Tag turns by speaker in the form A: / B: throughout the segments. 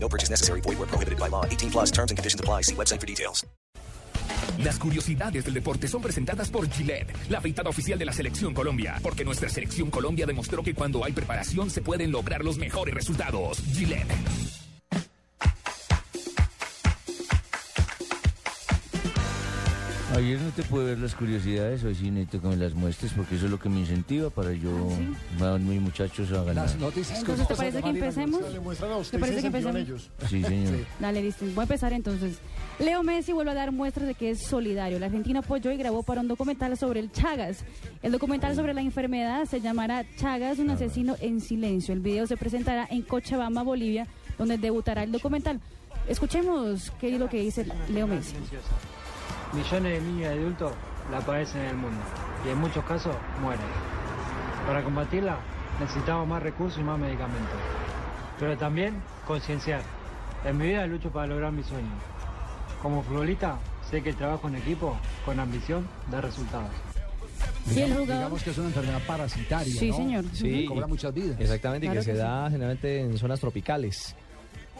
A: No purchase necessary. Void where prohibited by law. 18 plus terms and conditions apply. See website for details.
B: Las curiosidades del deporte son presentadas por Gillette, la afeitada oficial de la Selección Colombia, porque nuestra Selección Colombia demostró que cuando hay preparación se pueden lograr los mejores resultados. Gillette.
C: Ayer no te pude ver las curiosidades, hoy sí necesito que me las muestres porque eso es lo que me incentiva para yo,
D: Ah,
C: a mis muchachos a ganar.
E: Las noticias
D: Entonces, ¿te parece que empecemos?
E: Le muestran a
D: ¿Te
E: usted
D: parece
E: y se
D: que
E: sentió en
D: empecemos?
E: ellos.
C: Sí, señor.
D: Dale, listo. Voy a empezar entonces. Leo Messi vuelve a dar muestras de que es solidario. La Argentina apoyó y grabó para un documental sobre el Chagas. El documental sobre la enfermedad se llamará Chagas, un asesino en silencio. El video se presentará en Cochabamba, Bolivia, donde debutará el documental. Escuchemos qué es lo que dice Leo Messi.
F: silenciosa. Millones de niños y adultos la padecen en el mundo y en muchos casos mueren. Para combatirla necesitamos más recursos y más medicamentos. Pero también concienciar. En mi vida lucho para lograr mis sueños. Como futbolista sé que el trabajo en equipo con ambición da resultados.
D: Y el jugador...
E: Digamos que es una enfermedad parasitaria,
D: Sí,
E: ¿no?
D: señor.
E: Que
G: Sí,
E: cobra muchas vidas.
G: exactamente, y
D: Claro
G: que se
D: que sí.
G: da generalmente en zonas tropicales.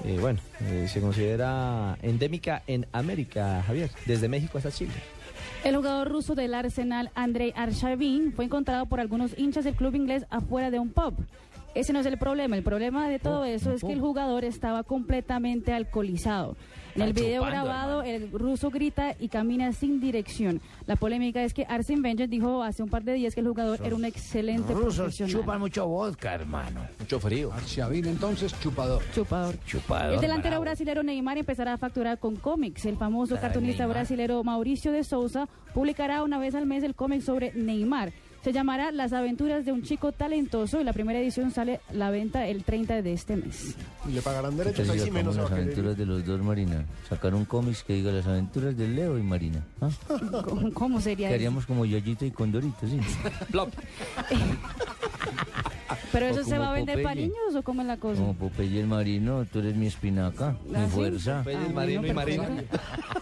G: Eh, bueno, eh, se considera endémica en América, Javier, desde México hasta Chile.
D: El jugador ruso del Arsenal, Andrei Arshavin, fue encontrado por algunos hinchas del club inglés afuera de un pub. Ese no es el problema. El problema de todo eso es que el jugador estaba completamente alcoholizado. En el video grabado, el ruso grita y camina sin dirección. La polémica es que Arsene Wenger dijo hace un par de días que el jugador era un excelente profesional.
C: mucho vodka, hermano.
G: Mucho frío.
E: Archavín, entonces, chupador.
D: Chupador.
C: Chupado.
D: El delantero brasilero Neymar empezará a facturar con cómics. El famoso
C: Ay,
D: cartunista
C: Neymar.
D: brasilero Mauricio de Souza publicará una vez al mes el cómic sobre Neymar. Se llamará Las aventuras de un chico talentoso y la primera edición sale a la venta el 30 de este mes.
E: Y le pagarán
C: Entonces,
E: derechos ahí sí
C: como
E: menos se va
C: las
E: a querer
C: aventuras
E: ir.
C: de los dos, Marina. Sacar un cómic que diga las aventuras de Leo y Marina. ¿ah?
D: ¿Cómo, cómo sería
C: Que
D: eso?
C: haríamos como Yoyito y Condorito, sí.
D: ¿Pero
C: o
D: eso se
C: como
D: va a vender para
C: Popeye.
D: niños o cómo es la cosa?
C: Como Popeye el marino, tú eres mi espinaca,
D: ¿Ah,
C: mi
D: sí?
C: fuerza.
G: Popeye el marino y
D: perfecto.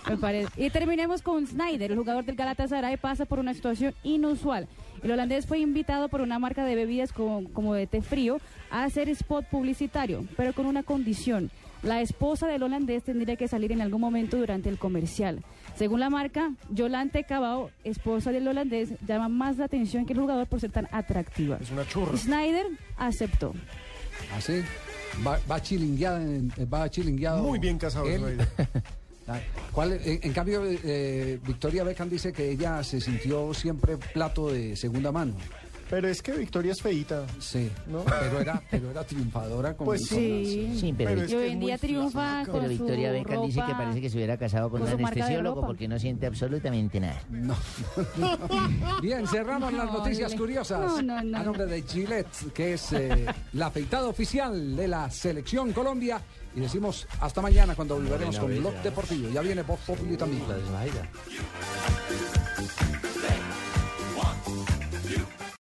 D: Me parece. Y terminemos con Snyder, el jugador del Galatasaray pasa por una situación inusual. El holandés fue invitado por una marca de bebidas como, como de té frío a hacer spot publicitario, pero con una condición. La esposa del holandés tendría que salir en algún momento durante el comercial. Según la marca, Yolante Cabao, esposa del holandés, llama más la atención que el jugador por ser tan atractiva.
E: Es una churra.
D: Snyder aceptó.
E: Así. Va, va chilingueada en- va chilingueado.
H: Muy bien casado,
E: él.
H: Israel.
E: Ah, ¿Cuál, en, en cambio, eh, Victoria Beckham dice que ella se sintió siempre plato de segunda mano.
H: Pero es que Victoria es feita.
E: Sí.
H: ¿No?
E: Pero era, pero era triunfadora con
H: Pues
E: con
H: sí.
I: Sí, pero,
H: Pero es
D: Y
H: que
D: hoy
H: es
D: en
H: muy
D: día triunfa
H: flaca.
D: con
I: pero
D: su
I: Victoria Beckham dice que
D: ropa.
I: parece que se hubiera casado con
D: con
I: un
D: su marca de
I: anestesiólogo
D: ropa.
I: porque no siente absolutamente nada.
E: No. Bien, cerramos las
D: No,
E: noticias
D: dile.
E: curiosas.
D: No, no, Ah, no,
E: A nombre de Gillette, que es eh, la afeitada oficial de la Selección Colombia. Y decimos hasta mañana cuando volveremos con Blog Deportivo. Ya viene Voz Populi también.
G: La desmayada.